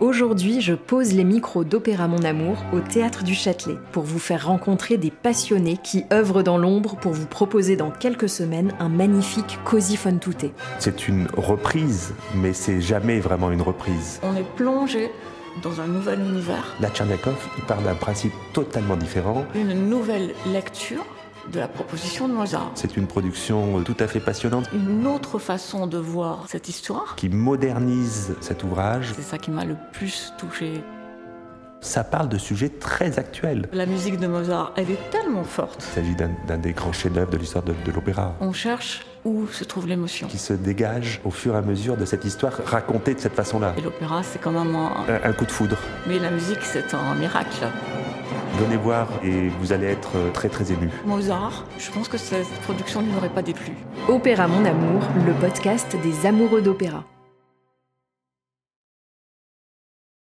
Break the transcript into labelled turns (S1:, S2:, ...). S1: Aujourd'hui, je pose les micros d'Opéra Mon Amour au Théâtre du Châtelet pour vous faire rencontrer des passionnés qui œuvrent dans l'ombre pour vous proposer dans quelques semaines un magnifique Cosy Fun Tutte.
S2: C'est une reprise, mais c'est jamais vraiment une reprise.
S3: On est plongé dans un nouvel univers,
S2: La Tcherniakov, il part d'un principe totalement différent.
S3: une nouvelle lecture de la proposition de Mozart,
S2: C'est une production tout à fait passionnante
S3: une autre façon de voir cette histoire.
S2: qui modernise cet ouvrage.
S3: C'est ça qui m'a le plus touché.
S2: Ça parle de sujets très actuels.
S3: La musique de Mozart, elle est tellement forte.
S2: Il s'agit d'un d'un des grands chefs-d'œuvre de l'histoire de, de l'opéra
S3: On cherche où se trouve l'émotion.
S2: qui se dégage au fur et à mesure de cette histoire racontée de cette façon-là.
S3: Et l'opéra, c'est quand même un...
S2: Un, un coup de foudre.
S3: Mais la musique, c'est un miracle.
S2: Venez voir et vous allez être très très ému.
S3: Mozart, je pense que cette production ne lui aurait pas déplu.
S1: Opéra Mon Amour, le podcast des amoureux d'opéra.